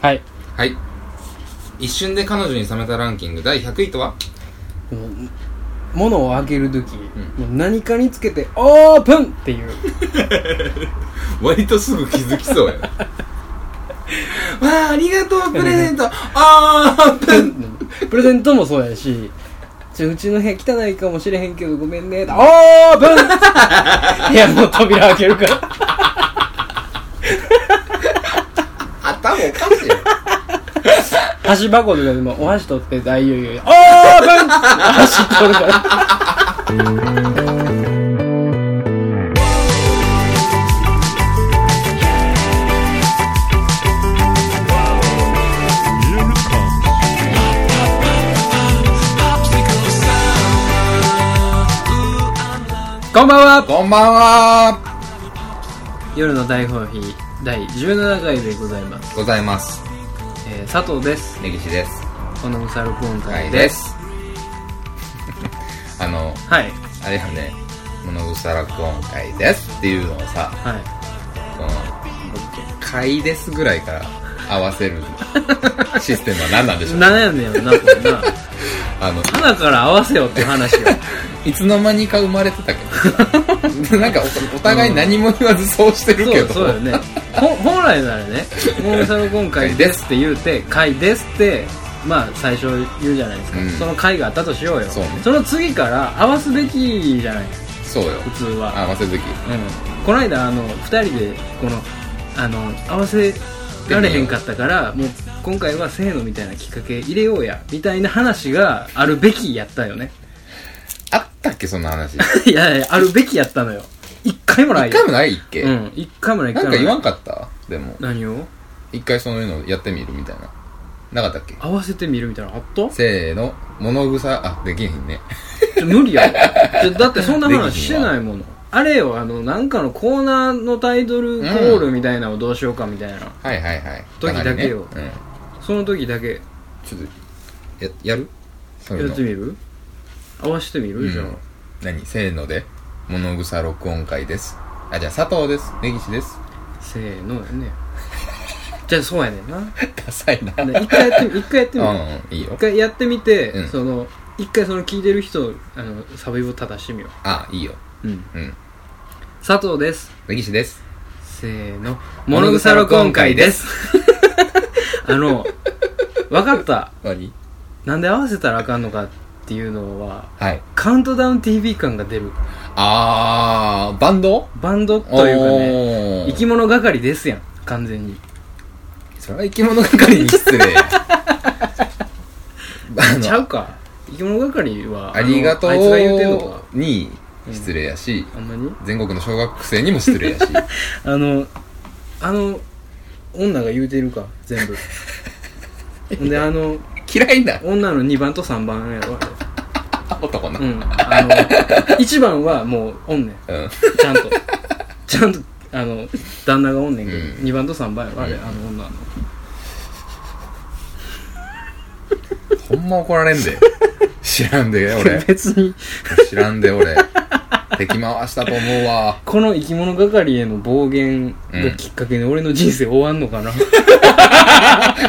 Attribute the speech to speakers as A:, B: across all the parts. A: はい
B: はい一瞬で彼女に冷めたランキング第100位とは
A: もう物を開ける時、
B: う
A: もう何かにつけて「オープン!」って いう
B: 割とすぐ気づきそうや なわあありがとうプレゼ ントあープン
A: プレゼントもそうやしちょうちの部屋汚いかもしれへんけどごめんねって「オープン!」 部屋の扉開けるから
B: 頭おかしいよ
A: 箸箱とかでもお箸取って大優優「オープン!」箸取るからこんばんは
B: こんばんは
A: 夜の大放棄第17回でございます、
B: ございます
A: えー、佐藤です
B: 根岸です
A: このむさ録音
B: は
A: 会
B: い
A: で
B: ですす あの
A: はい
B: あれやね「物のぐさ落音会です」っていうのをさ
A: はい
B: その「会です」ぐらいから合わせるシステムは何なんでしょう
A: 悩んだよなこれな
B: あの
A: 花から合わせよって話よ
B: いつの間にか生まれてたけど なんかおお互い何も言わずそうしてるけど、
A: そうそうよねほ本来ならね「モンサロ今回です」って言うて「回です」ってまあ最初言うじゃないですか、
B: うん
A: その回があったとしようよ
B: そうね
A: の次から合わすべきじゃないですか
B: そうよ
A: 普通は、
B: あ忘れる
A: う
B: 時
A: ん、この間あの2人でこのあの合わせられへんかったからもう今回はせーのみたいなきっかけ入れようやみたいな話があるべきやったよね
B: あったっけそんな話一
A: いやいやあるべきやったのよ一回もないよ
B: 回もないっけ、
A: うん一回もない一
B: な
A: 回もな
B: んか
A: い
B: 言わんかったでも
A: 何を
B: 一回そういうのやってみるみたいななかったっけ
A: 合わせてみるみたいなのあった
B: せーの物草あできへんね
A: ちょ無理やろちょだってそんな話してないものあれよあのなんかのコーナーのタイトルコールみたいなのをどうしようかみたいな、
B: はいはいはい
A: 時だけよ
B: かなりね
A: その時だけ
B: うん、ちょっとややるそ
A: や
B: ういうの
A: ってみる合わせてみる、じゃ
B: うん何せーので物草録音会ですあじゃあ佐藤です根岸です
A: あ せーのやねじゃあそうやねんな
B: ダサいな
A: で一回やって み一回やって
B: う
A: みる
B: んうんいいよ
A: 一回やってみて、
B: うん
A: その一回その聞いてる人あのサビを正してみよ
B: あいいよ
A: う、うん、
B: うん
A: 佐藤です
B: 根岸です
A: せーの物草録音会です あの分かった
B: 何
A: なんで合わせたらあかんのかっていうのは
B: はい
A: カウントダウン TV 感が出る
B: あーバンド
A: バンドというかね
B: ね
A: 生き物係ですやん完全に
B: それは生き物係に 失礼やあ
A: ち
B: の
A: ゃうか生き物係は
B: ありがと
A: あのあいつが言うてんのか
B: うに失礼やし、
A: あんまに
B: 全国の小学生にも失礼やし
A: あのあの女が言うてるか全 部ほんであの
B: 嫌いな
A: 女の2番と3番やろあ
B: 男な、
A: れうんあの1番はもうおんねん
B: うん
A: ちゃんとちゃんとあの旦那がおんねんけど、
B: うん
A: 2番と3番やろあれ、
B: うん
A: あの女の
B: ほんま怒られんで知ら んで俺
A: 別に
B: 知らんで俺敵回したと思うわ
A: この生き物係への暴言がきっかけに俺の人生終わんの かな、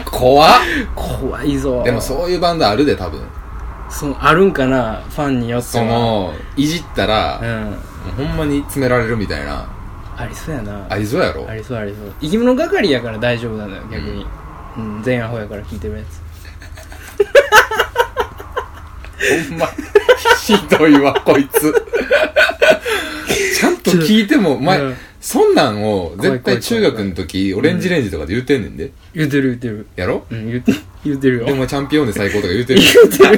B: 怖っ
A: 怖いぞ
B: でもそういうバンドあるで多分
A: そのあるんかなファンによって
B: そ
A: は
B: のいじったら、
A: うん
B: もうほんまに詰められるみたいな
A: ありそうやな
B: ありそうやろ
A: ありそうありそう生き物係やから大丈夫なのよ逆に、うん全アホやから聞いてるやつ
B: ほんま、 ひどいわ、こいつ。ちゃんと聞いても、お前、
A: うん
B: そんなんを、
A: 怖
B: 絶
A: い怖い怖い
B: 対中学の時、オレンジレンジとかで言うてんねんで。
A: 言うてる言うてる
B: やろ
A: うん 言うて言うてるよ
B: でもチャンピオンで最高とか言うてる。
A: 言うてる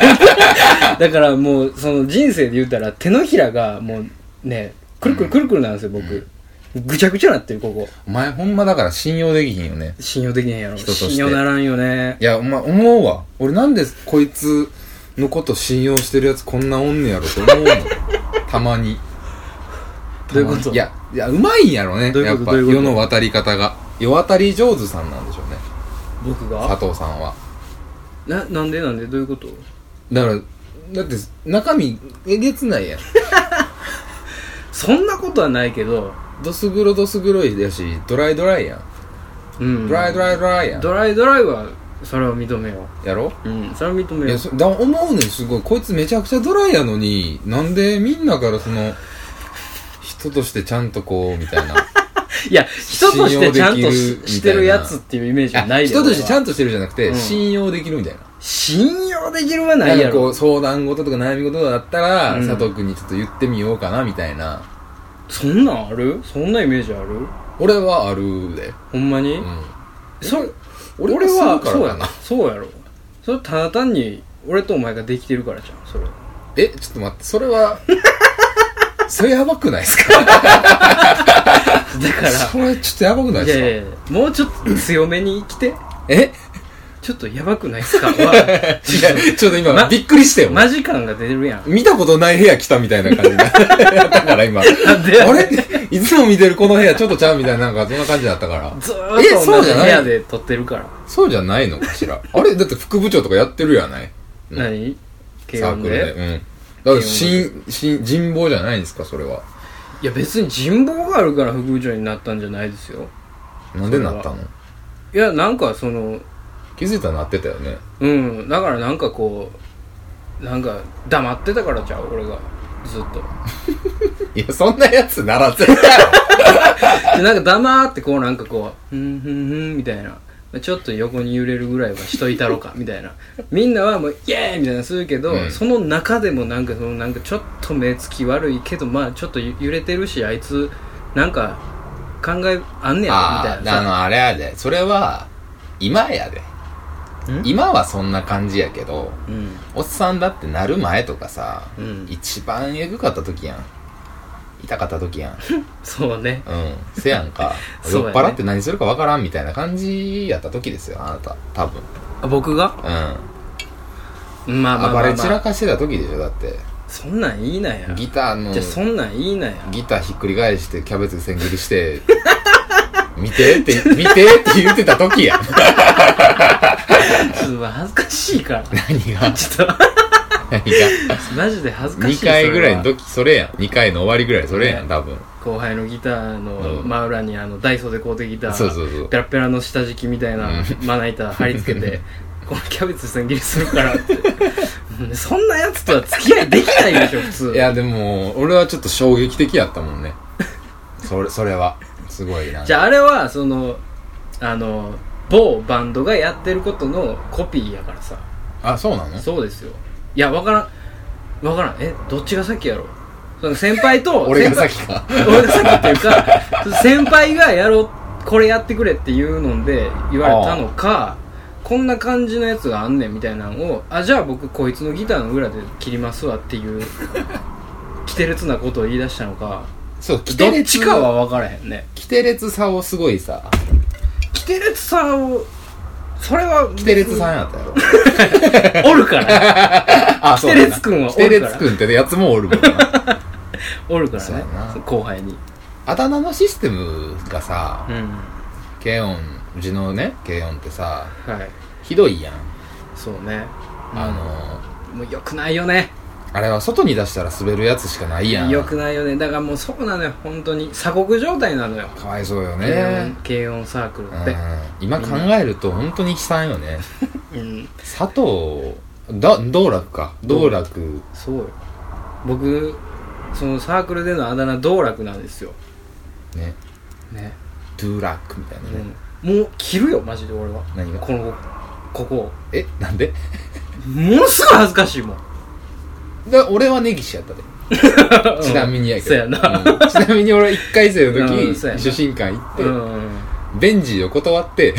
A: だからもうその人生で言うたら手のひらがもうねくるくるくるくるなんですよ僕、ぐちゃぐちゃなってるここ
B: お前、ほんまだから信用できひんよね。
A: 信用できへんやろ
B: 人として
A: 信用ならんよね
B: いや、お前、思うわ。俺なんで、こいつのこと信用してるやつこんなおんねやろ と思うの。たまに。
A: どういうこと
B: いや、いや、うまいんやろね。
A: どうい
B: や
A: うこ
B: っ
A: と
B: ぱ、
A: どういうこと
B: 世の渡り方が。世渡り上手さんなんでしょうね。
A: 僕が
B: 佐藤さんは。
A: ななんでなんでどういうこと
B: だから、だって、中身、えげ つないやん。
A: そんなことはないけど
B: ドス黒ドス黒いやしドライドライやん
A: うん
B: ドライドライドライやん
A: ドライドライはそれを認めよ
B: やろ
A: ううんそれを認
B: い
A: めよ
B: や
A: う
B: そだ思うねんすごいこいつめちゃくちゃドライやのになんでみんなからその人としてちゃんとこうみたいな
A: いや人としてちゃんとし
B: 信用で
A: し
B: きるみたいな
A: てるやつって いうイメージはない
B: あ
A: で
B: 人としてちゃ
A: ん
B: んとしてるじゃなくて、
A: うん
B: 信用できるみたいな
A: 信用できるはな
B: なん
A: いや
B: かこ
A: ろ
B: う相談事とか悩み事だったら、
A: うん
B: 佐藤君にちょっと言ってみようかなみたいな
A: そんなんあるそんなイメージある
B: 俺はあるで、
A: ほんまに、
B: うん、
A: そ
B: 俺
A: 俺
B: は
A: は
B: する
A: そう
B: か
A: や
B: らかな
A: なそうやろそれただ単に俺とお前ができてるからじゃんそれは
B: えちょっと待ってそれ はそれやばくないですか
A: だか
B: それちょっとやばく
A: ら
B: ない
A: い
B: です
A: やい
B: か
A: やいやもうちょっと強めに来て
B: え
A: ちょっとやばくないっすか は
B: いやちょっと今、
A: ま
B: びっくりしたよ、
A: マジ感が出るやん
B: 見たことない部屋来たみたいな感じだだから今。あ
A: で
B: れいつも見てるこの部屋ちょっとちゃうみたいな、なんかそんな感じだったから。
A: ずー
B: え
A: っと
B: そう
A: 同
B: じ
A: じ
B: ゃ
A: 部
B: ない
A: 屋で撮ってるから
B: そうじゃないのかしら。あれだって副部長とかやってるやないうん
A: 何軽
B: サー
A: 音
B: クルで。
A: で
B: うん。だから、新、新、人望じゃないんですか、それは。
A: いや別に人望があるから副部長になったんじゃないですよ
B: なんでなったの
A: いやなんかその
B: 気づいたらなってたよね。
A: うんだからなんかこうなんか黙ってたからちゃう俺がずっと
B: いや、そんなやつなら絶対。
A: でなんか黙ってこうなんかこう「ふんふんふん」みたいなちょっと横に揺れるぐらいはしといたろ かみたいなみんなはもう「イエーイ!」みたいなのするけど、
B: うん
A: その中でもなんかそのなんかちょっと目つき悪いけどまあちょっと揺れてるしあいつなんか考えあんねやろ
B: あ
A: みたい
B: ーあ
A: なさ
B: の、あれやで。それは、今やで。
A: ん
B: 今はそんな感じやけど、
A: うん
B: おっさんだってなる前とかさ、
A: うん
B: 一番えぐかった時やん痛かった時 やん
A: そうね
B: うんせやんか、
A: そう
B: 酔
A: や
B: っ
A: ね
B: 払って何するかわからんみたいな感じやった時ですよあなた多分
A: あ僕が
B: う
A: まあまあ
B: ん
A: ま
B: 暴
A: あ、
B: れ
A: ま
B: 散ら
A: あ、
B: かしてた時でしょだって
A: そんなんいいなや
B: ギターの
A: じゃあそんなんいいなや
B: ギターひっくり返してキャベツ千切りして 見てって見てって言ってた時やん
A: ちょっと恥ずかしいから
B: 何が
A: ちょっ
B: 何が
A: とマジで恥ずかしい
B: 2回ぐらいの
A: それは
B: 時それやん2回の終わりぐらいそれやん
A: ね
B: 多分
A: 後輩のギターの
B: うん
A: 真裏にあのダイソーで買うてきた
B: そうそうそう
A: ペラペラの下敷きみたいな
B: う
A: まな板貼り付けて このキャベツ千切りするからって うんそんなやつとは付き合いできないでしょ普通
B: いやでも俺はちょっと衝撃的やったもんねそれそれはすごいな
A: じゃああれはそのあの某バンドがやってることのコピーやからさ
B: あそうなの
A: そうですよいやわからんわからんえどっちが先やろその先輩と
B: 俺が先 か
A: 俺が先っていうか先輩がやろうこれやってくれっていうので言われたのかこんな感じのやつがあんねんみたいなのをあじゃあ僕こいつのギターの裏で切りますわっていうキテレツなことを言い出したのか
B: そう
A: どっちかは分からへんね
B: キテレツさをすごいさ
A: キテレツさんをそれは
B: キテレツさんやっ たやろ
A: おる から
B: あそうだ
A: キテレ
B: な
A: ツくんはおる
B: キ
A: から
B: テレツくんってやつもおるもんな
A: おるから
B: そう
A: ね
B: やな
A: 後輩に
B: あだ名のシステムがさ
A: うん
B: 軽音うちのね軽音ってさ
A: はい
B: ひどいやん
A: そうね
B: あの
A: もう良くないよね
B: あれは外に出したら滑るやつしかないやん
A: 良くないよねだからもうそうなのよ本当に鎖国状態なのよ
B: かわいそうよ
A: 軽
B: ね
A: 音軽音サークル
B: うん
A: って
B: 今考えると本当に悲惨よね
A: うん
B: 佐藤だ道楽か道楽
A: そうよ僕そのサークルでのあだ名道楽なんですよ
B: ね
A: ね、
B: ドゥーラックみたいなね、
A: うん、もう切るよマジで俺は
B: 何が
A: このここ
B: えなんで
A: ものすごい恥ずかしいもん
B: だ俺は根岸やったで ちなみにやけど、
A: そうやな
B: うんちなみに俺1回生の
A: うん
B: 時
A: そうやな
B: 初心館行って、
A: うん、うん、
B: ベンジーを断って、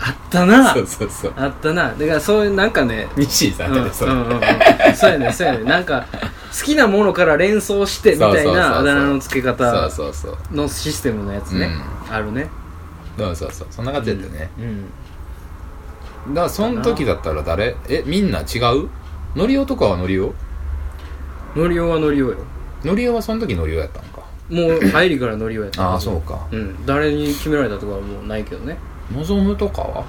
A: あったな
B: そうそうそう
A: あったなだからそういうなんかね
B: 西井さんやったで、それ
A: うんうんうんうん、そうやねそうやねなんか好きなものから連想してみたいなあだ名の付け
B: そう
A: 方
B: そうそう
A: のシステムのやつね、あるね
B: そうそうそうそんな感じやったよね、
A: うん
B: だからその時だったら誰えみんな違うノリオとかはノリオ
A: ノリオはノリオよ
B: ノリオはその時ノリオやったのか
A: もう入りからノリオやった
B: ああそうか
A: うん誰に決められたとかはもうないけどね
B: 望むとかは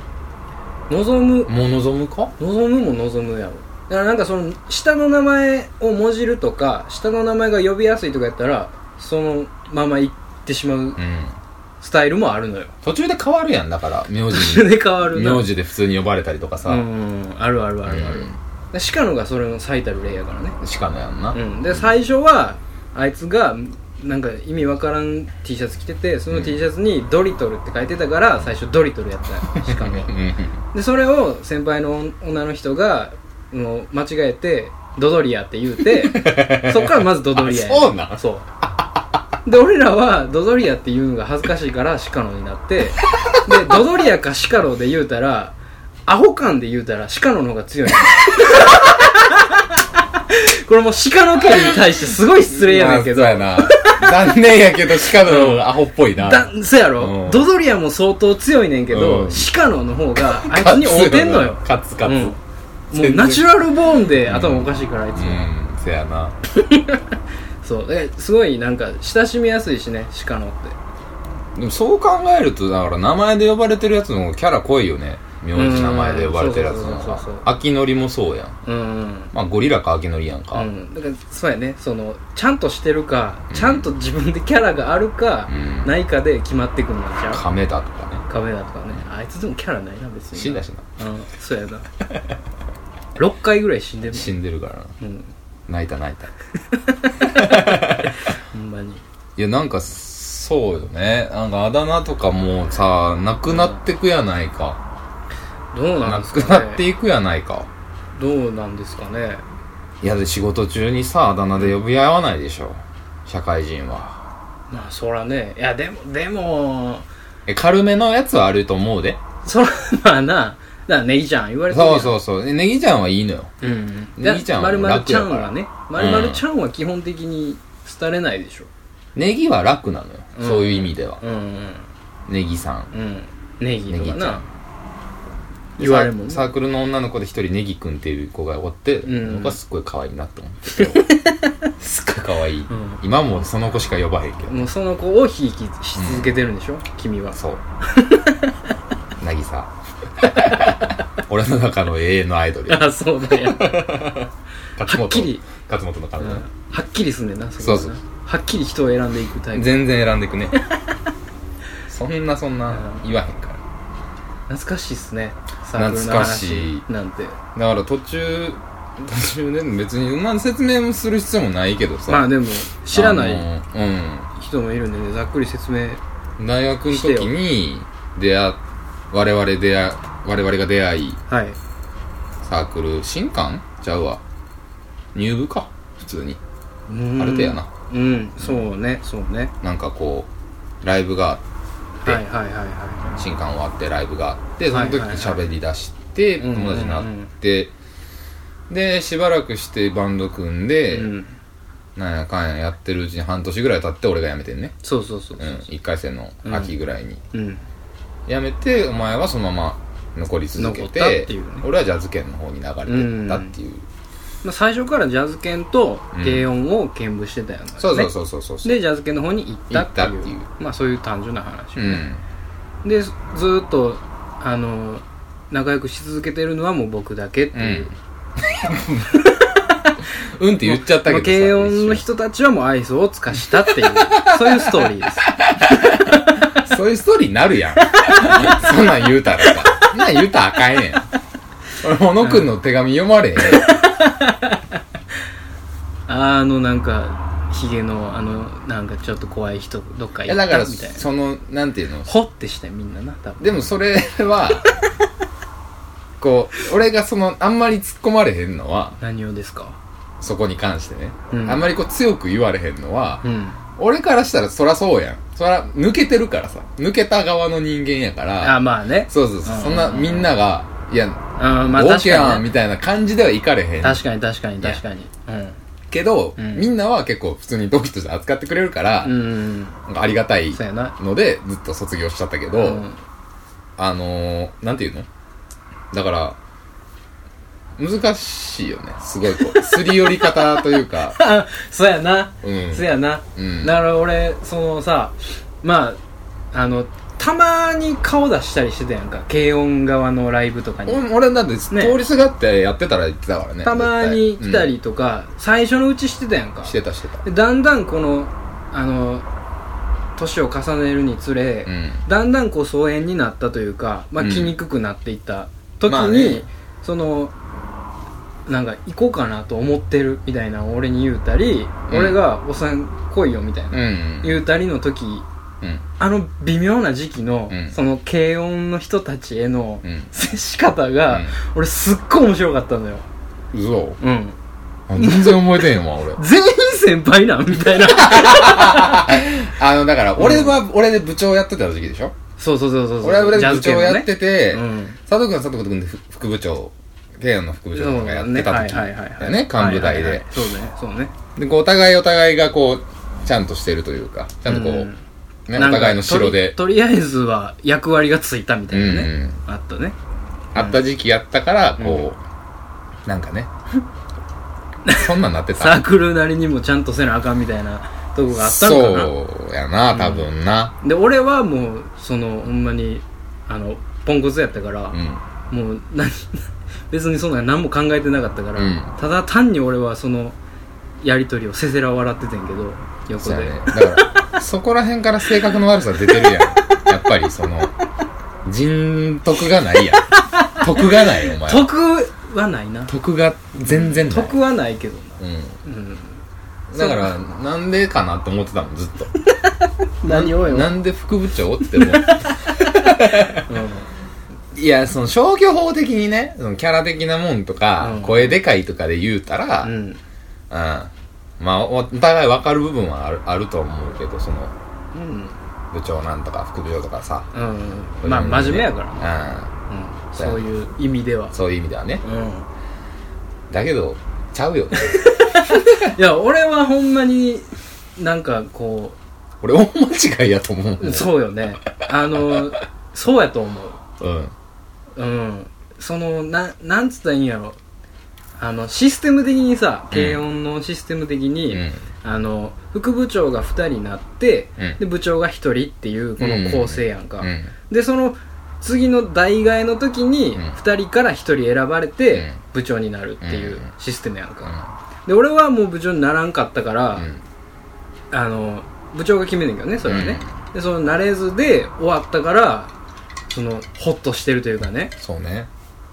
A: 望む
B: もう望むか
A: 望むも望むやろだからなんかその下の名前をもじるとか下の名前が呼びやすいとかやったらそのまま行ってしまう
B: うん
A: スタイルもあるのよ
B: 途中で変わるやんだから名 字
A: そ
B: に
A: れで変わるな
B: 名字で普通に呼ばれたりとかさ、
A: うんうんうんあるあるあるある、鹿野がそれの最たる例やからね
B: しかのやんな、
A: うん、で最初はあいつがなんか意味わからん T シャツ着ててその T シャツに「ドリトル」って書いてたから最初ドリトルやったし かも
B: うん
A: でそれを先輩の女の人がもう間違えて「ドドリア」って言う てそっからまず「ドドリアやね」
B: あそうなん
A: そうで俺らは「ドドリア」って言うのが恥ずかしいからシカロになって で「ドドリア」か「シカロ」で言うたらアホ感で言うたらシカロの方が強い のこれもうシカロ家に対してすごい失礼やねんけど
B: まあそうやな残念やけど鹿の方がアホっぽいな
A: だそやろ、
B: うん
A: ドドリアも相当強いねんけど、
B: うん
A: シカノの方があいつに合うてんのよ
B: 勝つ勝
A: う
B: つ
A: ん
B: 全
A: もう
B: 然
A: ナチュラルボーンで頭おかしいからあいつ、
B: うんせやな
A: そうですごいなんか親しみやすいしね鹿野って
B: でもそう考えるとだから名前で呼ばれてるやつの方がキャラ濃いよね名字名前で呼ばれてるやつの
A: うんそうそうそう
B: 方
A: そう
B: が秋のりもそうやん
A: うんうん
B: まあゴリラか秋のりやんか、
A: う
B: うん
A: ん、だからそうやねそのちゃんとしてるか、ちゃんと自分でキャラがあるか、ないかで決まってくるのじゃん
B: 亀だとかね
A: カメラとかねあいつでもキャラないな別に
B: 死んだ
A: し
B: しな
A: うんそうやな 6回ぐらい死んでる
B: 死んでるからな
A: もん、うん、
B: 泣いた泣いたい
A: ほんまに
B: やなんかそうよねなんかあだ名とかもうさなくなってくやないか、
A: どうなん
B: な
A: です
B: くな
A: かね
B: っていくやないか
A: どうなんですかね
B: いやで仕事中にさあだ名で呼び合わないでしょ社会人は
A: まあそらねいやでもでも
B: え軽めのやつはあると思うで
A: そらまあなだからネギちゃん言われてる
B: そう
A: う
B: そうそうえネギちゃんはいいのよ
A: うん
B: ネギちゃんは
A: まるまる
B: 楽
A: ちゃ
B: や
A: ん
B: から
A: はねまるまるちゃんは基本的に廃れないでしょ
B: ネギは楽なのよ、
A: うん
B: そういう意味では
A: うんうん
B: ネギさん
A: うんネギとか
B: ネギちゃ
A: なん言われるもんね
B: サーサークルの女の子で一人ネギくんっていう子がおって、
A: うん
B: 僕はすっごい可愛いなって思って たよすっごい可愛い、
A: ん
B: 今もその子しか呼ばへんけど、
A: もうその子をひいきし続けてるんでしょ、君は
B: そう なぎさ 俺の中の永遠のアイド ル
A: あそうだ よ
B: 勝
A: はっきり
B: 勝本の彼女、
A: はっきりすんねんなこはな
B: そうそう
A: はっきり人を選んでいくタイプ
B: 全然選んでくね そんなそんな言わへんから
A: 懐かしいっすねサークルの話なんて
B: だから途中途中で別にまあ説明もする必要もないけどさ、
A: まあでも知らな
B: あ
A: い
B: の
A: 人もいるんでねざっくり説明
B: うん大学の時に出会我々出会我々が出会い
A: はい
B: サークル新刊ちゃうわ入部か普通に
A: うん
B: ある程度やな
A: うんそうねそうね
B: なんかこうライブがで
A: はいはいはいは
B: 新刊終わってライブがあってその時に喋り出して
A: はいはい
B: 友達になってでしばらくしてバンド組ん
A: い
B: で、
A: うん
B: なんやかんややってるうちに半年ぐらい経って俺が辞めてんね
A: そうそうそう
B: うん、1回戦の秋ぐらいに、
A: うん
B: やめてお前はそのまま残り続け
A: 残ったってていうね
B: 俺はジャズ圏の方に流れてったっていう、
A: まあ最初からジャズ犬と
B: うん
A: 低音を兼務してたよね
B: そうそうそうそうそうそう
A: でジャズ犬の方に行ったって
B: 行ったって
A: い
B: いう
A: うまあそういう単純な話
B: うん
A: でずーっとあの仲良くし続けてるのはもう僕だけって
B: う
A: いうん
B: うんって言っちゃったけど
A: まあ
B: さ
A: 軽音の
B: 一
A: 人たちはもう愛想をつかしたっていう そういうストーリーです
B: 緒そういうストーリーになるやん そんなん言うたらさそんなん言うたらあかんねん俺小野くんの手紙読 まれへん
A: あのなんかヒゲのあのなんかちょっと怖い人どっか
B: い
A: 行
B: や
A: っ
B: だか
A: た
B: ら
A: みたいな
B: そのなんていうの
A: ほってしてみんなな多分
B: でもそれはこう俺がそのあんまり突っ込まれへんのは
A: 何をですか
B: そこに関してね、
A: うん
B: あんまりこう強く言われへんのは、
A: うん
B: 俺からしたらそらそうやんそら抜けてるからさ抜けた側の人間やから
A: あまあね
B: そうそうそう、
A: うん
B: そんなみんながいや、
A: うんまあ
B: オー
A: 確
B: ケー
A: か
B: やん
A: にね
B: みたいな感じではいかれへん
A: 確かに確かに確かに
B: けど、
A: うん
B: みんなは結構普通に同期として扱ってくれるから、
A: うんうん
B: なんかありがたい
A: そうやな
B: のでずっと卒業しちゃったけど、
A: うん
B: あのー、なんていうのだから、難しいよね。すごいこう、すり寄り方という か、
A: あそうやな
B: うん。
A: そうやな
B: うん
A: だから俺そのさまああのたまに顔出したりしてたやんか軽音側のライブとかに
B: 俺俺だって、通りすがってやってたら言ってたからね。
A: たまに
B: 絶対
A: 来たり、とか、最初のうちしてたやん
B: う
A: か
B: んしてたしてた。
A: でだんだんこのあの年を重ねるにつれ、
B: うん
A: だんだんこう疎遠になったというか、まあ、
B: うん
A: 来にくくなっていった時に、
B: まあね
A: そのなんか行こうかなと思ってるみたいなのを俺に言うたり、
B: うん
A: 俺が「おっさん来いよ」みたいな、
B: うん
A: 言うたりの時
B: うん
A: あの微妙な時期の、
B: うん
A: その軽音の人たちへの
B: うん
A: 接し方が、
B: うん
A: 俺すっごい面白かったんだよ、
B: うそ
A: うん、
B: 全然覚えてへんわ俺
A: 全員先輩なんみ たいな
B: あのだから俺は俺で部長やってた時期でしょ
A: そうそうそうそうそう
B: 俺は俺で部
A: 系
B: 長
A: の
B: やってて、
A: うん
B: 佐藤君は佐藤君で副部長慶安の副部長とかやってた時
A: はいはいはいは
B: だ
A: い
B: よね幹部隊
A: はいはい
B: で
A: はいそうねそうね
B: でこうお互いお互いがこうちゃんとしてるというかちゃんとこう、
A: うん
B: ね、お
A: なんか
B: 互いの城で
A: とりとりあえずは役割がついたみたいなね、
B: うんうん
A: あったね
B: あった時期やったからこう、なんか ねそんなんなって
A: サー
B: た
A: クルなりにもちゃんとせなあかんみたいなとこがあったのかな
B: そうやな多分な
A: で俺はもうそのほんまにあのポンコツやったから
B: う、ん
A: もう何 別にそんな何も考えてなかったから、
B: うん
A: ただ単に俺はそのやり取りをせせら笑っててんけど横
B: そう
A: で、
B: やねだからそこら辺から性格の悪さ出てるやんやっぱりその人徳がないやん徳がないお前
A: 得はないな
B: 徳が全然ない
A: 得はないけどな
B: う
A: うん
B: んだからなんでかなって思ってたもんずっと
A: 何をよ、
B: なんで副部長って思う
A: うん
B: いやその消去法的にねそのキャラ的なもんとか、
A: うん
B: 声でかいとかで言うたら、
A: う
B: うん
A: ん
B: まあおお互い分かる部分はあるあると思うけどその
A: うん
B: 部長なんとか副部長とかさ
A: うんまあ真面目やからな、
B: ら、
A: うん、そういう意味では
B: うん、、そういう意味ではね
A: うん、
B: だけどちゃうよ
A: いや俺はほんまになんかこ
B: 俺大間違いやと思うも
A: うんそうよねあのそうやと思
B: うん
A: ううんそのななんつったらいいんやろあのシステム的にさ軽音のシステム的に、
B: うん
A: あの副部長が2人になって、
B: うん
A: で部長が1人っていうこの構成やんか、
B: うん
A: でその次の代替えの時に
B: うん
A: 2人から1人選ばれ
B: う
A: て
B: ん
A: 部長になるっていう
B: うん
A: システムやんか、で俺はもう部長にならんかったから、
B: うん
A: あの部長が決めるんけどねそれはね、でそのなれずで終わったからそのホッとしてるというかね
B: そうね、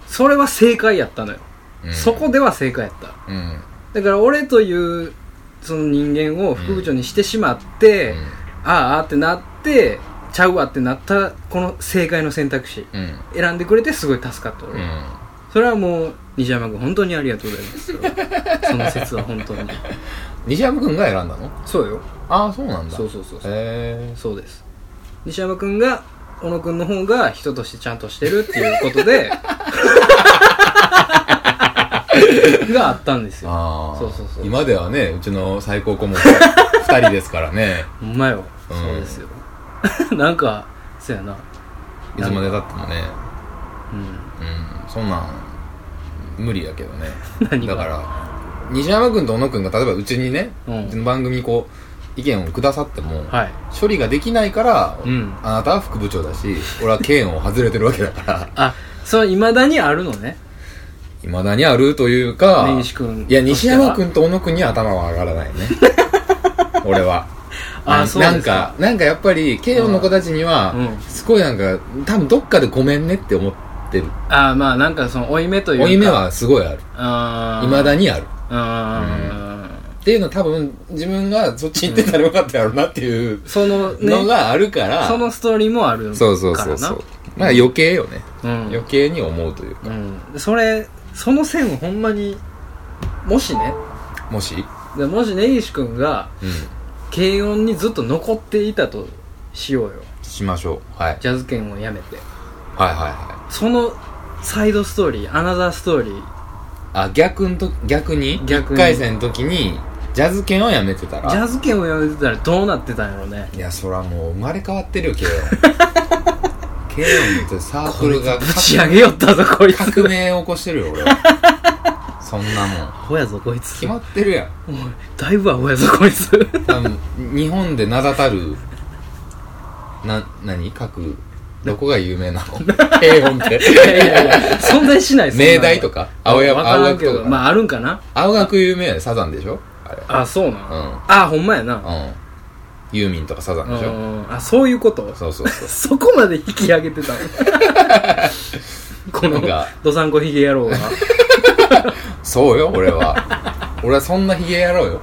A: それは正解やったのよ、
B: うん
A: そこでは正解やった
B: うん
A: だから俺というその人間を副部長にしてしまって、
B: うん
A: あーあーってなってちゃうわってなったこの正解の選択肢
B: うん
A: 選んでくれてすごい助かった
B: う
A: 俺、
B: ん
A: それはもう西山君本当にありがとうございますそれはその説は本当 に
B: 西山君が選んだの
A: そうよ
B: ああそうなんだ
A: そうそうそうそう
B: へえ
A: そうです西山君が小野君の方が人としてちゃんとしてるっていうことで があったんですよ
B: ああ
A: そうそうそう
B: 今ではねうちの最高 顧問2人ですからね
A: ほんまよ、
B: うん
A: そうですよ なんかそうやな、
B: いつまでたってもね
A: うん、
B: うんそんなん無理やけどね
A: 何が
B: だから西山君と小野君が例えばうちにね、う
A: うん
B: ちの番組にこう意見をくださっても、
A: はい
B: 処理ができないから、
A: うん
B: あなたは副部長だし俺は県を外れてるわけだから
A: あそれいまだにあるのね
B: いまだにあるというか
A: 根岸君
B: いや西山
A: とし
B: 君と小野君には頭は上が らないね俺は
A: あ
B: な
A: そうで
B: な
A: す
B: ん
A: か
B: かなんかやっぱり慶応の子たちには、
A: うん
B: すごいなんか多分どっかでごめんねって思って
A: て
B: る
A: はあまあなんかその負い目というか
B: 負い目はすごいある
A: あ
B: いまだにある
A: あ
B: っていうの多分自分がそっちに行ってたらよかったやろうなっていう
A: そのね
B: のがあるから、
A: そのストーリーもあるからな
B: そうそうそうそうまあ余計よね、
A: うん
B: 余計に思うというか
A: うん、それその線をほんまにもしね
B: もし、
A: でもし根岸君が
B: うん、
A: 軽音にずっと残っていたとしようよ
B: しましょう、はい、
A: ジャズ圏をやめて
B: はいはいは
A: そのサイドストーリーアナザーストーリー
B: いあ逆んと逆に
A: 逆に
B: 1回戦の時にジャズ犬をやめてた
A: ジャ
B: ら
A: ズ圏をやめてたらどうなってたんやろうね
B: いやそらもう生まれ変わってるよ k オ k オってサークルが
A: ぶち上げよったぞこいつ
B: 革命を起こしてるよ俺はそんなもん
A: アホやぞこいつ
B: 決まってるやん
A: おいだいぶアホやぞこいつ
B: 多分日本で名だたるな何各どこが有名なの 平穏って
A: いやいやいや存在しないそんなの
B: 明大とか青山
A: わからんけ
B: 青学と
A: ど
B: か
A: まああるんかな
B: 青学有名やでサザンでしょあれ
A: あそうなん、
B: うん
A: あほんまやな
B: うんユーミンとかサザンでしょ
A: あそういうこと
B: そうそうそう
A: そこまで引き上げ てたのこ
B: な
A: の
B: んか
A: どさんこひげ野郎が
B: そうよ俺は 俺はそんなヒゲやろうよ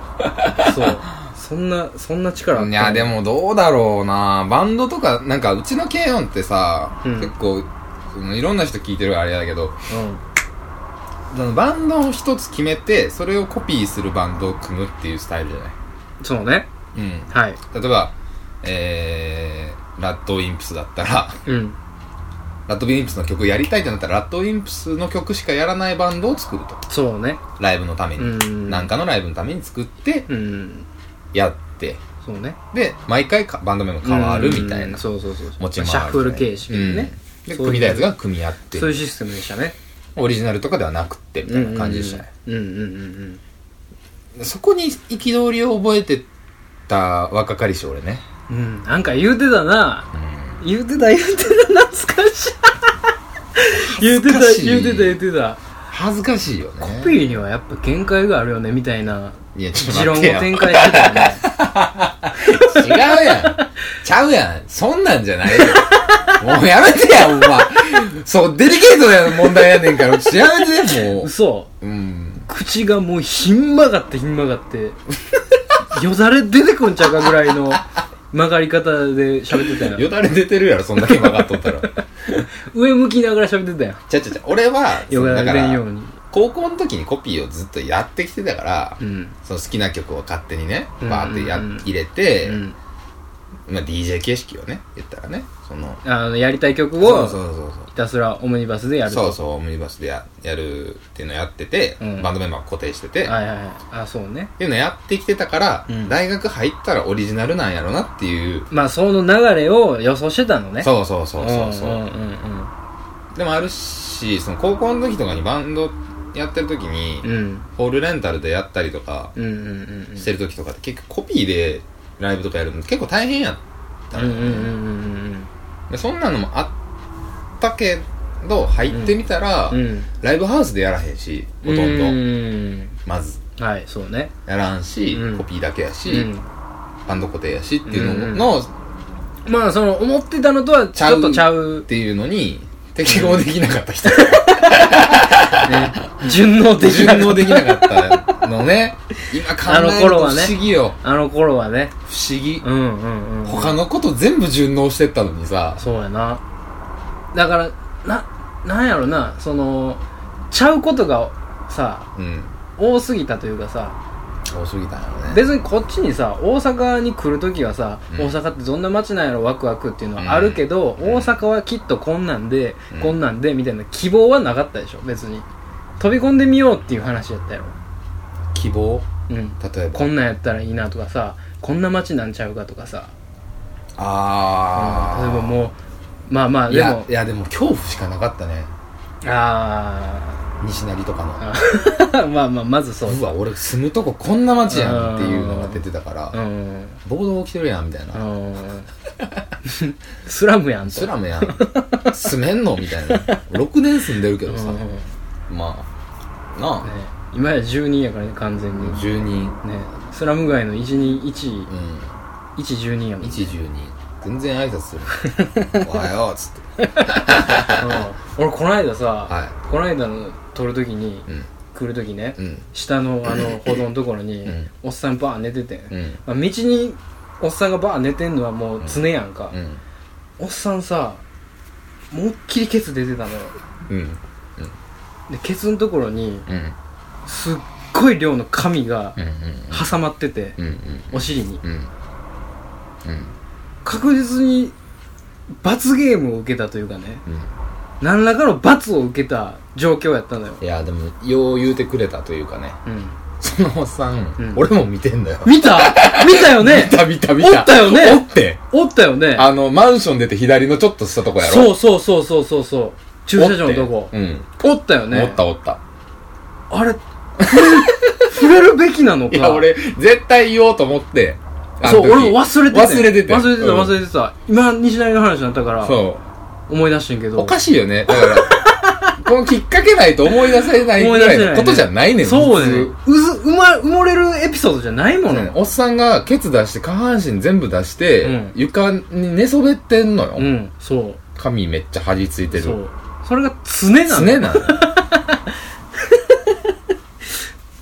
A: そうそんなそんな力あった
B: いやでもどうだろうなバンドとかなんかうちの軽音ってさ、
A: うん
B: 結構そのいろんな人聞いてるからあれだけど
A: う
B: そのバンドを一つ決めてそれをコピーするバンドを組むっていうスタイルじゃない
A: んそうね
B: うん
A: はい
B: 例えば、えー、ラッドウィンプスだったら、
A: うん
B: ラッドウィンプスの曲やりたいってなったら、ラッドウィンプスの曲しかやらないバンドを作ると。
A: そうね
B: ライブのため
A: う
B: に。
A: ん
B: なんかのライブのために作って、
A: うん
B: やって、
A: そうね
B: で、毎回かバンドメンバー変わるみた
A: う
B: い
A: ん
B: な。
A: そうそうそうそう
B: 持ち回る。
A: シャッフル形式でね、
B: うんで、
A: そういう
B: 組みたいやつが組み合って
A: そう、いうシステムでしたね
B: オリジナルとかではなくって、みたいな感じでしたね。
A: うんうんうんうん
B: そこに憤りを覚えてた若かりし、俺ね。
A: うんうんなんか言うてたな
B: うん
A: 言うてた言うてた懐かしい言うてた
B: 恥ずかしい
A: 言うてた言うてた
B: 恥ずかしいよね。
A: コピーにはやっぱ限界があるよねみたいない
B: や、ちょっ
A: 持
B: と
A: 論を
B: 待ってよ。
A: 展開してたよね
B: 違うやん。ちゃうやん。そんなんじゃないよ。 もうやめてや、ほんま。そう、デリケートな問題やねんから、ちょっとやめて、もう。
A: 嘘
B: うん。
A: 口がもうひん曲がってひん曲がって よだれ出てこんちゃうかぐらいの曲がり方で喋ってたよ
B: よだれ出てるやろ、そんだけ曲がっとったら。
A: 上向きながら喋ってたよ
B: ちゃうちゃうちゃう、俺は、そ
A: よ
B: う
A: だ
B: だ
A: れ
B: か
A: 出ん
B: ら
A: よ、うに
B: 高校の時にコピーをずっとやってきてたから
A: う、ん
B: その好きな曲を勝手にね、
A: うん
B: バーってや
A: うん
B: 入れて
A: う、ん
B: まあ DJ 形式をね、言ったらね、その、
A: あのやりたい曲
B: そう
A: を
B: そうそうそう。
A: ひたすらオムニバスでやる
B: そう
A: と
B: そう、オムニバスでややるっていうのやってて
A: うん、
B: バンドメンバーを固定してて、
A: はいはいはいあそうね
B: っていうのやってきてたから、
A: うん
B: 大学入ったらオリジナルなんやろなっていう、
A: まあその流れを予想してたのね
B: そうそうそうそうそう、
A: んうんうん
B: でもあるしその高校の時とかにバンドやってる時に、
A: うんうん
B: ホールレンタルでやったりとか
A: うんうんうんうん
B: してる時とかって結構コピーでライブとかやるの結構大変やった
A: う
B: の
A: ん
B: よ、
A: うんうんうん
B: でそんなのもあったけど入ってみたら、
A: うんうん
B: ライブハウスでやらへんしほとんど、
A: うん
B: まず
A: はいそうね
B: やらんし、
A: うん
B: コピーだけやし、
A: うん
B: バンド固定やしっていうのの、
A: まあその思ってたのとはちょっとちゃう
B: っていうのに適合できなかった人
A: ね順応的な
B: 順応できなかったのね今考
A: あの
B: える
A: 頃
B: と
A: はね
B: 不思議よ、
A: あの頃はね
B: 不思議、
A: うんうんうん
B: 他のこと全部順応してったのにさ
A: そうやなだからななんやろなそのちゃうことがさ
B: うん
A: 多すぎたというかさ
B: 多すぎたんやろね
A: 別にこっちにさ大阪に来るときはさ、
B: うん
A: 大阪ってどんな街なんやろワクワクっていうのはあるけど、
B: うん
A: 大阪はきっとこんなんで、
B: うん
A: こんなんでみたいな希望はなかったでしょ別に飛び込んでみようっていう話やったやろ
B: 希望
A: うん
B: 例えば
A: こんなんやったらいいなとかさこんな街なんちゃうかとかさ、
B: あ
A: うん
B: あ
A: 例えばもうまあまあ
B: い
A: で
B: や
A: も
B: いやでも恐怖しかなかったね
A: あ
B: 西成とかの
A: あ まあまあまずそう
B: うわ俺住むとここんな街やんっていうのが出てたから、
A: うん
B: 暴動起きてるやんみたいな、
A: うん スラムやんと
B: スラムやん住めんのみたいな6 年住んでるけどさ、
A: うんうんね
B: まあなあ、
A: 今や住人やからね完全に
B: 10人
A: ねスラム街の121
B: うん
A: 1人やもん
B: 一十二全然挨拶す るおはようっつって
A: うん俺この間さ、
B: は
A: この間の撮るときに
B: うん
A: 来るときね
B: うん
A: 下のあ の歩道のところに
B: うん
A: おっさんバーン寝てて、
B: うん
A: まあ、道におっさんがバーン寝てんのはもう常やんか
B: う、ん
A: おっさんさもうっきりケツ出てたのよ
B: うん
A: でケツのところに
B: うんうん
A: すっごい量の髪が
B: うん
A: 挟まってて、
B: うんうん
A: お尻に
B: うんうん
A: 確実に罰ゲームを受けたというかね
B: うん
A: 何らかの罰を受けた状況やったのよ、
B: いやでもよう言うてくれたというかね
A: うん、
B: そのおっさ
A: うんん
B: 俺も見てんだよ
A: 見た見たよね
B: 見た見た見た
A: おったよね
B: おって
A: おったよね
B: あのマンション出て左のちょっとしたとこやろ
A: そうそうそうそうそうそう駐車場のとこ
B: おってうん
A: おったよね
B: おったおった
A: あれ触れる触れるべきなのか
B: いや俺絶対言おうと思ってあ
A: そ
B: の
A: う
B: 時
A: 俺も忘れてた
B: 忘れてた
A: 忘れてた
B: うん
A: 忘れてた、今西成の話になったから
B: そう
A: 思い出してんけど
B: おかしいよね。だ から、このきっかけないと思い出せないぐらいのことじゃないねん。
A: そうやね
B: 普
A: ん
B: 通
A: うず埋ま埋もれるエピソードじゃないもの、
B: おっさんがケツ出して下半身全部出して、
A: うん
B: 床に寝そべってんのよ、
A: うんそ
B: 髪めっちゃ張り付いうて
A: そ
B: る
A: うそれが常な
B: 常
A: の
B: なの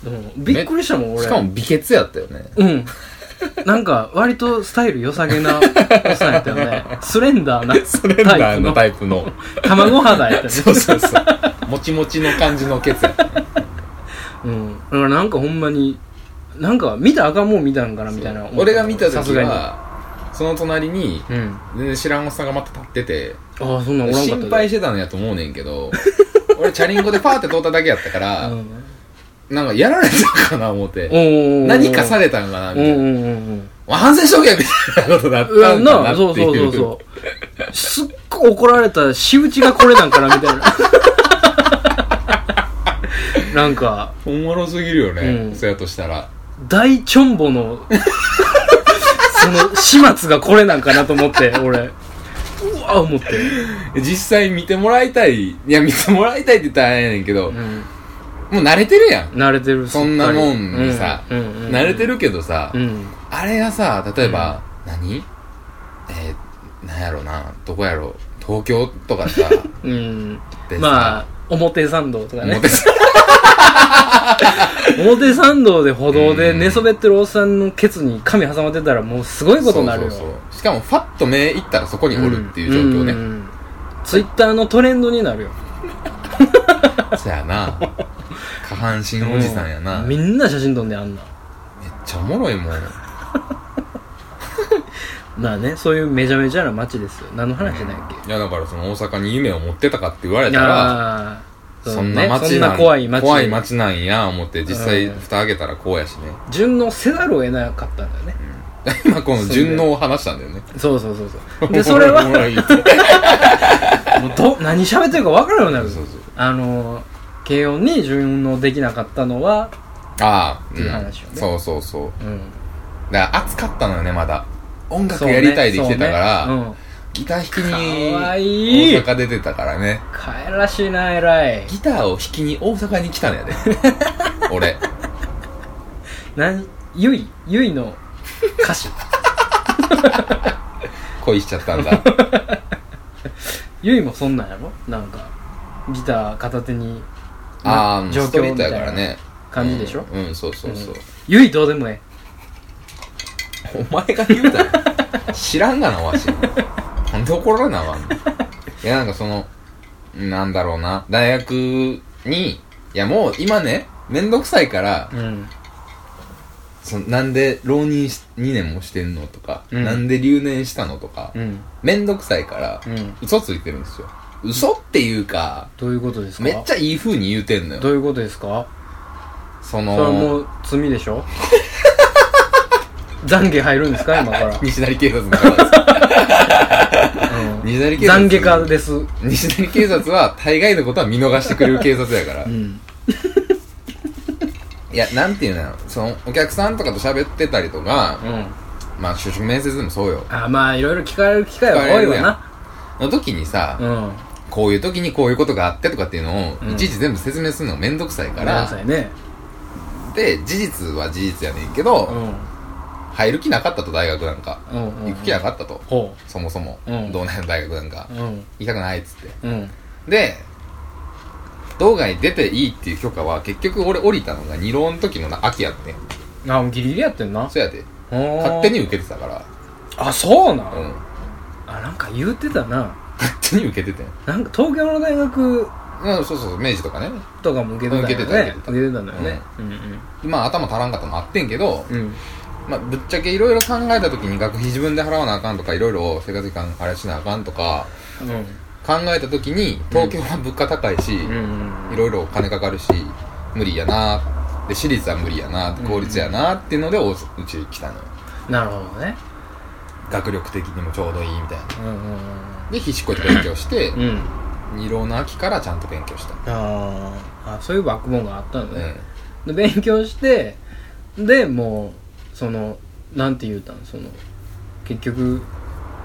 A: うんびっくりした もん俺
B: しかも美血やったよね
A: うんなんか割とスタイル良さげなおっさんやったよ ねスレンダーな
B: スレンダーの
A: タ
B: タ
A: イ
B: イプの
A: プの卵肌やったね
B: そうそうそうもちもちの感じのケツやった
A: うん、だからなんかほんまになんか見たらあかんもん見たんかなみたいな思った
B: 俺が見た
A: さ
B: 時
A: すが
B: はその隣に
A: にうん
B: 全然知らんおっさんがまた立ってて
A: ああそんなんおらんかった
B: 心配してたんやと思うねんけど俺チャリンコでパーって通っただけやったから、
A: うん
B: なんかやられたかな思って、
A: おー
B: 何かされたんかなみ
A: う
B: たい
A: ん
B: な、
A: うんうん
B: 反省しとけみたいなことだっ
A: うん
B: たんだ
A: な
B: な
A: あ
B: って
A: そう
B: い
A: そう
B: う
A: そうそうすっごい怒られた仕打ちがこれなんかなみ たいななんか
B: おもろすぎるよね、
A: うん
B: そやとしたら
A: 大チョンボのその始末がこれなんかなと思って俺うわ思って、
B: 実際見てもらいたいいや見てもらいたいって言ったらあれやねんけど、
A: う
B: も
A: ん、
B: う慣れてるやん
A: 慣れてる
B: そんなもんにさ、
A: うんうんうんうん
B: 慣れてるけどさ、
A: うん
B: あれがさ例えば、何えー、なんやろなどこやろ東京と かさ
A: うん
B: でさ
A: まあ表参道とかね
B: 表参
A: 表参道で歩道で
B: うん
A: 寝そべってるおっさんのケツに髪挟まってたらもうすごいことになるよ
B: そうそうそうしかもファッと目いったらそこにおるっていう状況ね、
A: ツイッターのトレンドになるよ
B: そやな下半身おじさんやな、
A: うみ
B: めっ
A: んな写真撮んねんあんな
B: ちゃおもろいもん
A: まあねそういうめちゃめちゃな街ですよ何の話じゃないっけ
B: いやだからその大阪に夢を持ってたかって言われたら
A: ああ
B: そんな街
A: そん
B: なん
A: な怖い街
B: 怖い街なんや思って実際
A: うん
B: 蓋開けたらこうやしね、
A: 順応せざるを得なかったんだよね
B: 今この順応を話したんだよね
A: そうそうそう そうでそれは
B: お
A: も
B: もろいってそう
A: うど何喋ってるか分からんようになる
B: そうそう
A: あの軽音に順応できなかったのは
B: ああ、
A: っていう話よね
B: そうそうそう
A: うん
B: だから暑かったのよねまだ音楽
A: そうね
B: やりたいで来てたから、
A: そうねうん
B: ギター弾きに
A: かわいい
B: 大阪出てたからね
A: 可愛らしいな偉い
B: ギターを弾きに大阪に来たの やで俺
A: なんゆいゆいの歌 詞
B: 恋しちゃったんだ
A: ゆいもそんなんやろなんかギター片手に
B: あ
A: な
B: あストリートやからね
A: 感じでしょ
B: うん、うんそうそうそう、
A: ゆいどうでもえ
B: お前が言うたら知らんがなわしなんで怒らなあかんのいやなんかそのなんだろうな大学にいやもう今ねめんどくさいから
A: え、うん
B: そのなんで浪人し2年もしてんのとか、
A: うん
B: なんで留年したのとか、
A: うん
B: めんどくさいから、
A: うん
B: 嘘ついてるんですよ嘘っていうか
A: どういうことですか
B: めっちゃいい風に言うてんの
A: ど
B: よ
A: ういうことですか
B: そ
A: それは
B: の
A: もう罪でし ょ懺悔入るんですか今から、
B: 西成警察の方 です
A: うん、
B: 西成警察
A: 懺悔家ですう
B: 西成警察は大概のことは見逃してくれる警察 やから、
A: ん
B: いやなんていうのやろそのお客さんとかと喋ってたりとか
A: う、ん
B: まあ就職面接でもそうよ
A: あまあいろいろ聞かれる機会は多いわな
B: の時にさ、
A: うん
B: こういう時にこういうことがあってとかっていうのを、
A: うん
B: いちいち全部説明するのがめんどくさいか
A: ごめんな
B: ら
A: さいね
B: で事実は事実やねんけど、
A: うん
B: 入る気なかったと大学なんか、
A: うんうんうん
B: 行く気なかったと
A: ほ
B: そもそも、
A: うん
B: 道内の大学なんか、
A: ううん
B: 行きたくないっつって
A: うん
B: で道外出ていいっていう許可は結局俺降りたのが二浪の時のな秋やってん
A: あもうギリギリやってんな
B: そうやで勝
A: 勝
B: 手に受けてたから
A: あそうな
B: うん
A: んあなんか言うてたな
B: 勝手に受けててん
A: なんか東京の大学
B: うんそうそう明治とかね
A: とかも受けてたよね
B: うん受けてた受けてた
A: 受けてたんだよねうん
B: まあ頭足らんかったのもあってんけど、
A: うんうん
B: まあ、ぶっちゃけいろいろ考えた時に学費自分で払わなあかんとかいろいろ生活費管あれしなあかんとか考えた時に東京は物価高いし、
A: うんうん
B: いろいろお金かかるし無理やなで私立は無理やな
A: うん
B: 効率やなっていうのでおうち来たのよ
A: なるほどね
B: 学力的にもちょうどいいみたいな
A: うんうん
B: で必死こいて勉強して
A: うんうん
B: 二浪の秋からちゃんと勉強した
A: あーあそういうバックボーンがあったの
B: うん
A: ねで勉強してでもうそのなんて言うたんその結局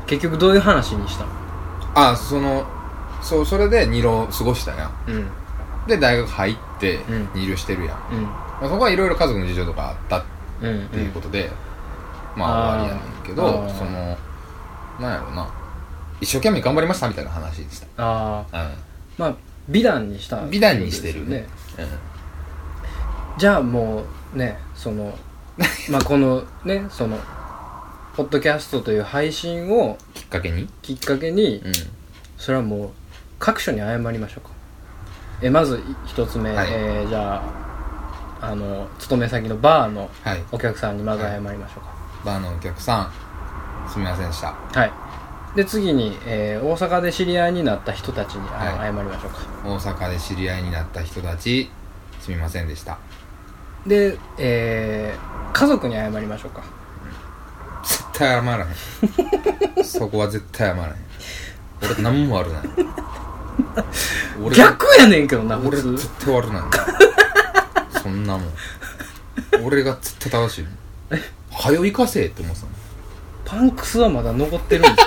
A: 結局どういう話にしたの
B: あそのそうそれで二浪過ごしたんや
A: うん
B: で大学入って
A: うん
B: 入流してるやん、
A: うん
B: まあ、そこはいろいろ家族の事情とかあったっ
A: うん
B: ていうことで、まあ終わりやねんけ
A: あ
B: ど
A: ー
B: そのなんやろな一生懸命頑張りましたみたいな話でし
A: ああ
B: た、うん
A: まあ美談にした
B: 美談にしてるね
A: ねじゃあもうねそ のまあこのねそのポッドキャストという配信を
B: きっかけに、
A: きっかけに、
B: うん、
A: それはもう各所に謝りましょうかえまず一つ目、
B: はい
A: えーじゃああの勤め先のバーの
B: はい
A: お客さんにまず謝りましょうか
B: バーのお客さんすみませんでした
A: はい、で次に、えー大阪で知り合いになった人たちにあの
B: は
A: 謝りましょうか、
B: 大阪で知り合いになった人たちすみませんでした
A: で、えー家族に謝りましょうか
B: 絶対謝らへ んそこは絶対謝らへん俺何も悪 ない俺
A: 逆やねんけどな普
B: 俺
A: 通
B: 絶対悪ない そんなもん俺が絶対正しいもん早よ行かせえって思ってたもん
A: パンクスはまだ残ってるんで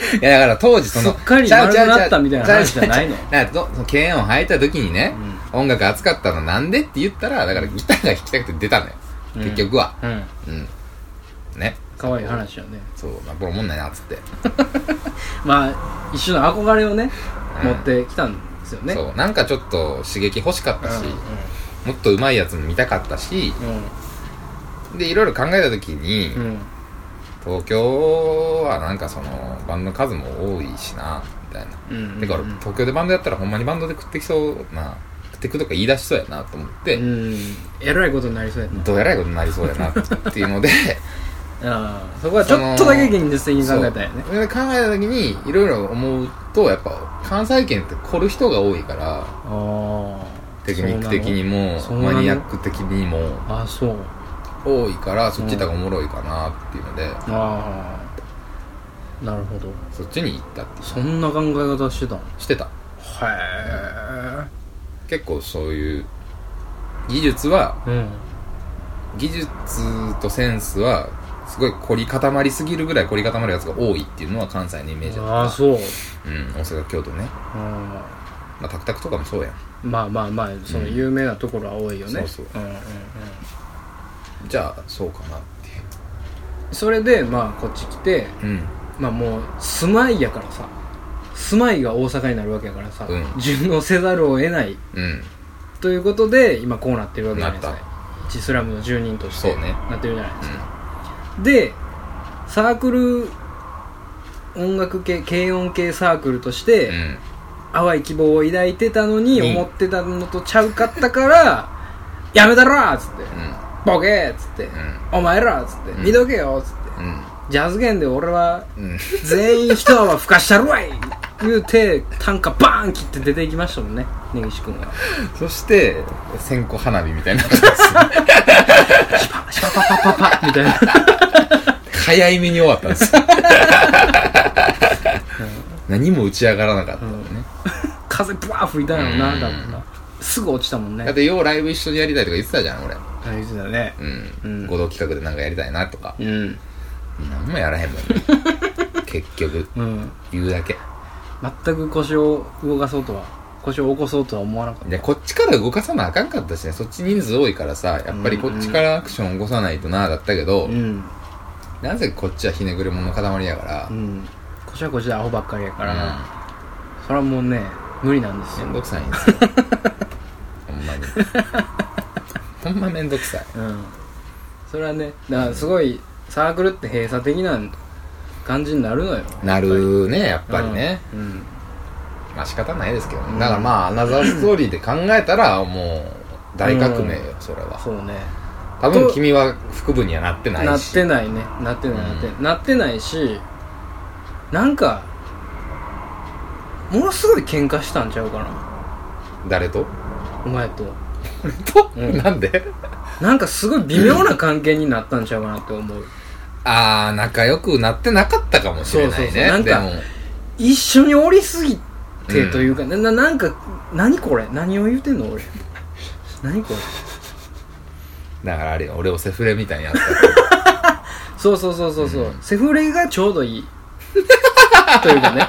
A: すよ
B: いやだから当 時その
A: すっかり
B: ちゃうちゃう
A: 丸くなったみたいな話じゃないの
B: ちうちうちうだからとその剣を履いた時にね、音楽熱かったのなんでって言ったらだからギターが弾きたくて出たのよ、
A: うん
B: 結局は
A: うん
B: うんね
A: 可愛い話よね
B: そうまあこれおもんないなっつって、
A: まあ一種の憧れをね、
B: うん
A: 持ってきたんですよね
B: そうなんかちょっと刺激欲しかったし、
A: う
B: もっと上手いやつも見たかったし
A: んうん
B: でいろいろ考えた時に、
A: うんうん
B: 東京はなんかそのバンドの数も多いしなみたいな、
A: うんうんうん
B: だから東京でバンドやったらほんまにバンドで食ってきそうな食ってくとか言い出しそうやなと思って、
A: うんえらいことになりそうやな
B: どうやらいことになりそうやなっていうの で
A: ああそこはちょっとだけ現実的に考えたよね
B: そうで考えた時にいろいろ思うとやっぱ関西圏って来る人が多いから
A: ああ
B: テクニック的にも
A: そうなの
B: マニアック的にも
A: ああそう
B: 多いからそっち行った方がおもろいかなっていうので、
A: ああなるほど
B: そっちに行ったって
A: そんな考え方してたの
B: してた
A: へ
B: 結構そういう技術は
A: えうん
B: 技術とセンスはすごい凝り固まりすぎるぐらい凝り固まるやつが多いっていうのは関西のイメージだ
A: ああそう
B: うん大阪京都ね、
A: う
B: まあ、タクタクとかもそうやん
A: んまあまあまあその有名なところは多いよね、
B: うんそうそうん
A: うんうん
B: じゃあそうかなっていう
A: それでまあこっち来て
B: うん
A: まあもう住まいやからさ住まいが大阪になるわけやからさ、
B: うん
A: 順応せざるを得ない
B: うん
A: ということで今こうなってるわけじゃないです
B: なっ
A: か一スラムの住人とし
B: そ
A: て
B: うね
A: なってるじゃないですか、でサークル音楽系軽音系サークルとして、
B: うん
A: 淡い希望を抱いてたのに
B: うん
A: 思ってたのとちゃうかったから「やめたろ!」っつって
B: う
A: 「ボケ!」っつって「お前ら!」っつって「
B: うん
A: 見とけよ!」っつって
B: んうん
A: 「ジャズ弦で俺は
B: うんうん
A: 全員一泡吹かしたるわい!」言うて短歌バーン切って出ていきましたもんね根岸君は
B: そして線香花火みたいな
A: パシパパパパパみたいな
B: 早い目に終わったんですよ何も打ち上がらなかったのね、
A: 風ブワー吹いたんやろ
B: う
A: なん多分なすぐ落ちたもんね
B: だってようライブ一緒にやりたいとか言ってたじゃん俺
A: 大事だね
B: う
A: うん
B: ん合同企画でなんかやりたいなとか
A: うん
B: 何もやらへん もんね結局
A: うん
B: 言うだけ
A: 全く腰を動かそうとは腰を起こそうとは思わなかった
B: でこっちから動かさなあかんかったしねそっち人数多いからさやっぱりこっちからアクション起こさないとなだったけど、
A: うん
B: なぜこっちはひねくれ者の塊やから
A: う、んこしゃこしゃアホばっかりやからな、
B: う
A: それはもうね無理なんです
B: ん、
A: よ
B: めんどくさいんで すよほんまにほんまめんどくさい
A: うんそれはねだからすごいサークルって閉鎖的な感じになるのよ
B: なるねやっぱりね、
A: うん
B: まあ仕方ないですけどね、
A: うん
B: だからまあアナザーストーリーで考えたらもう大革命よ、それは
A: そうね
B: 多分君は腹部にはなってないし
A: なってないねなってないなってない、なってないしなんかものすごい喧嘩したんちゃうかな
B: 誰と
A: お前と
B: と、
A: うん
B: なんで
A: なんかすごい微妙な関係になったんちゃうかなって思う
B: ああ仲良くなってなかったかもしれないね
A: そうそうそうなんか
B: でも
A: 一緒におりすぎ
B: う
A: て
B: ん
A: というか、なななんか何これ何を言うてんの俺何これ
B: だからあれよ俺をセフレみた いにやった
A: そうそうそうそうそう、
B: うん
A: セフレがちょうどい いというかね、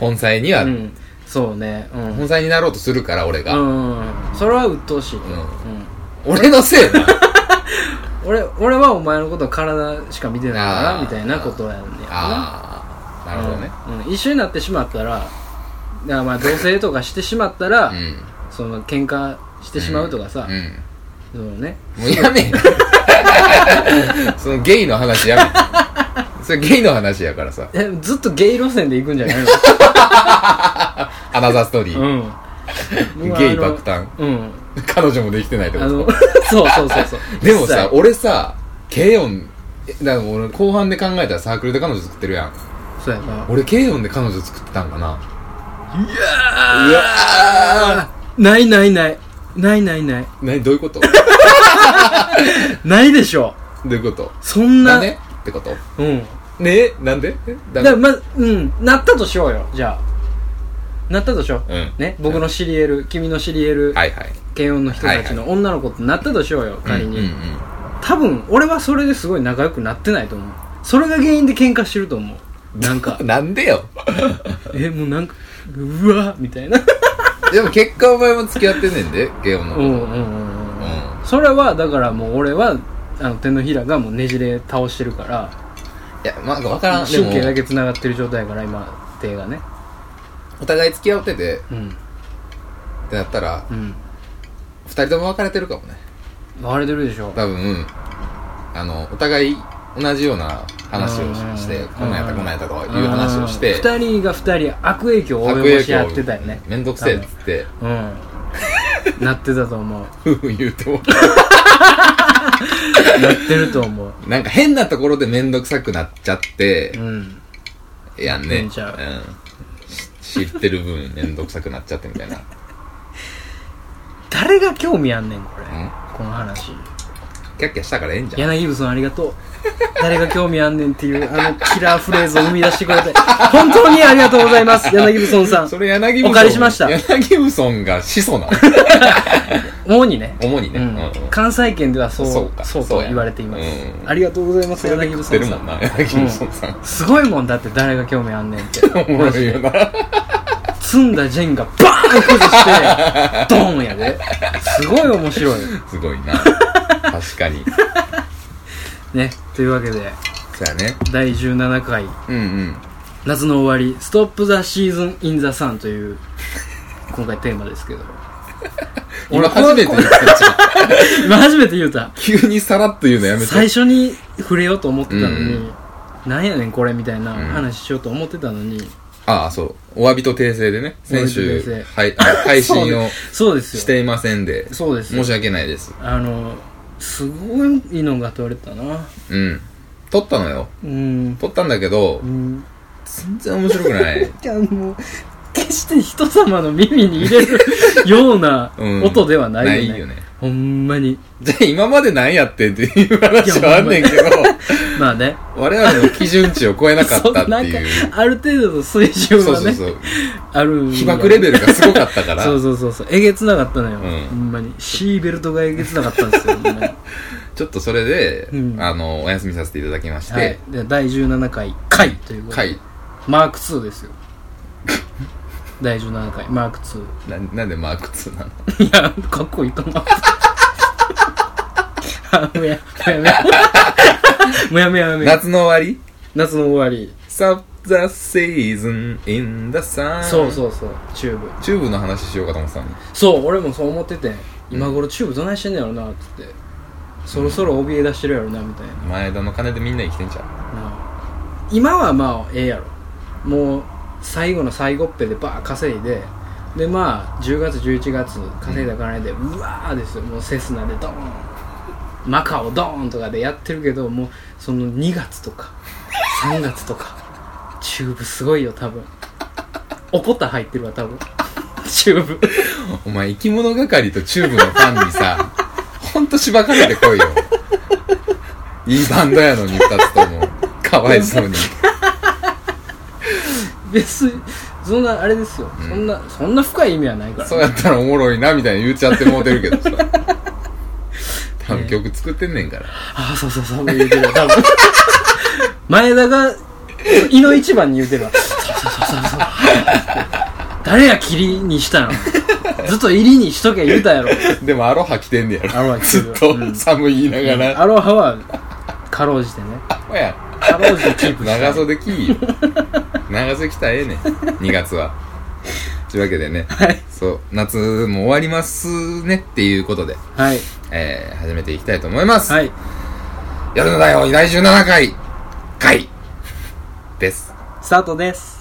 B: 本妻に
A: う
B: は
A: ん、そうねうん
B: 本妻になろうとするから俺が、
A: うんそれは鬱陶しい、うん
B: ん俺のせいだ
A: 俺俺はお前のこと体しか見てないか
B: あ
A: ら
B: ー
A: みたいなことやねんや
B: ああな
A: な
B: るほどね、
A: うんうん一緒になってしまったらだからまあ同棲とかしてしまったら、
B: うん
A: その喧嘩してしまうとかさ、
B: うん
A: そのね
B: もうやめえそのゲイの話やめそれゲイの話やからさ
A: えずっとゲイ路線で行くんじゃない の
B: アナザーストーリー、
A: うん
B: ゲイ爆誕
A: うん
B: 彼女もできてないってこ
A: あの
B: と
A: そうそうそうそう
B: でも
A: 一
B: さ
A: 切
B: 俺さ軽音えだから俺後半で考えたらサークルで彼女作ってるやん
A: そうやな
B: 俺軽音で彼女作ってたんかないや
A: ないないないないないない
B: ー何どういうことど
A: ないでしょ
B: ういうこと
A: そんな
B: なんでってこと
A: うん
B: ねえなんでだ
A: だからまずうんなったとしようよじゃあなったとしよう、
B: うん
A: ね僕の知り得る君の知り得る
B: はいはい
A: 検温の人たちの女の子となったとしようよ仮に、
B: うんうん
A: 多分俺はそれですごい仲良くなってないと思うそれが原因で喧嘩してると思うなん か
B: うんなんでよ
A: えもうなんかうわみたいな
B: でも結果お前も付き合ってんねんで軽音の
A: うんうんうんうんそれはだからもう俺はあの手のひらがもうねじれ倒してるから
B: いやまあ分からんで
A: 神経だ
B: も
A: け繋がってる状態やから今手がね
B: お互い付き合ってて
A: うん
B: ってなったら
A: うん
B: 二人とも別れてるかもね
A: 割れてるでしょ
B: 多分あのお互い同じような話をし
A: うん
B: して
A: うん
B: こんなんやったこんなんやったという話をして
A: 2人が2人悪影響を及
B: 悪
A: ぼ
B: 影
A: し
B: 響
A: 合ってたよね
B: めんどくせえっつって
A: 多分うんなってたと思う
B: ふふ 言うと
A: なってると思う
B: なんか変なところでめんどくさくなっちゃって
A: うん
B: やんね
A: うんちゃう
B: し知ってる分めんどくさくなっちゃってみたいな
A: 誰が興味あんねんこれ
B: ん
A: この話
B: キャッキャしたからええんじゃん
A: 柳部さんありがとう誰が興味あんねんっていうあのキラーフレーズを生み出してくれて本当にありがとうございます柳部村さん
B: それ柳武
A: お借りしました
B: 柳武尊が始祖なの
A: 主にね
B: 主にね、
A: う
B: うんうん
A: ん、関西圏ではそう
B: そう
A: そう
B: か
A: と
B: そうや
A: 言われています、
B: うん
A: ありがとうございます
B: それ
A: 柳
B: で
A: 部
B: 食
A: 村
B: っ
A: さん
B: てるもんな柳武尊さん、
A: すごいもんだって誰が興味あんねんって
B: おもろいよな
A: 積んだジェンがバーン崩してドーンやですごい面白い
B: すごい な確かに
A: ねというわけで
B: そうやね
A: 第17回
B: うんうん
A: 夏の終わり「ストップ・ザ・シーズン・イン・ザ・サン」という今回テーマですけど
B: 俺初めて
A: こ
B: 言
A: の
B: ったやつ
A: 今初めて言うた
B: 急にさらっと言うのやめて
A: 最初に触れようと思ってたのに、
B: うん
A: なんやねんこれみたいな
B: うん
A: 話しようと思ってたのに、
B: ああそうお詫びと訂正でね先
A: お詫
B: 週
A: びと訂正
B: は いあの配信を
A: そうです
B: し
A: よ
B: ていませんで
A: そうですよ
B: 申し訳ないです
A: あのすごいのが取れたな
B: うん撮ったのよ
A: うん
B: 撮ったんだけど
A: うん
B: 全然面白くな い
A: いやもう決して人様の耳に入れるような
B: うん
A: 音ではないよね,、
B: ないよね
A: ほんまに
B: じゃあ今まで何やってんっていう話
A: いや
B: はあんねんけ ど
A: まあね
B: 我々の基準値を超えなかったって
A: なん
B: いう
A: かある程度の水準
B: そう
A: は
B: そう
A: ね
B: そう
A: ある
B: 被爆レベルがすごかったから
A: そうそうそうそうえげつなかったのよ、
B: う
A: ほ
B: ん
A: んまにシーベルトがえげつなかったん ですよ、ほんまに
B: ちょっとそれで、
A: うん
B: あのお休みさせていただきまして、
A: はい、で第17回「回」ということで
B: 回
A: マーク2ですよ 第17回マーク2
B: ななんでマーク2なの
A: いや、かっこいいと思う。あもや、もやめや。もやめやめや。
B: 夏の終わり
A: 夏の終わり。
B: ?Stop the season in the sun
A: そうそうそう、チューブ。
B: チューブの話しようかと思ってたのに
A: そう、俺もそう思ってて、今頃チューブどないしてんねやろな、つって。そろそろ怯え出してるやろな、みたいな。
B: 前田の金でみんな生きてんじゃん
A: なあ今はまあ、ええやろ。もう、最後の最後っぺでバー稼いで、でまあ、10月、11月稼いだ金で、うわーですよ、もうセスナでドーン。マカオドーンとかでやってるけどもうその2月とか3月とかチューブすごいよ多分おこた入ってるわ多分チューブ
B: お前生き物係とチューブのファン にさほんとしばかれてこいよいいバンドやのに2つともかわいそうに
A: 別にそんなあれですよ、そんなそんな深い意味はないから
B: そうやったらおもろいなみたいに言っちゃってもうてるけどさ多分曲作ってんねんから
A: ああそうそうそう言うてるわ多 分前田が胃の一番に言うてるわそうそうそうそうそう誰が霧にしたのずっと入りにしとけ言うたやろ
B: でもアロハ着てんねやろ
A: アロハ着てる
B: ずっと
A: うん
B: 寒い言いながら、
A: アロハはかろうじてね
B: あほや
A: かろうじてキープした
B: 長袖着いよ長袖着たらええねん2月はというわけでね、
A: はい
B: そう夏も終わりますねっていうことで、
A: はい
B: えー、始めていきたいと思います、
A: はい
B: 夜の台本第17回回です
A: スタートです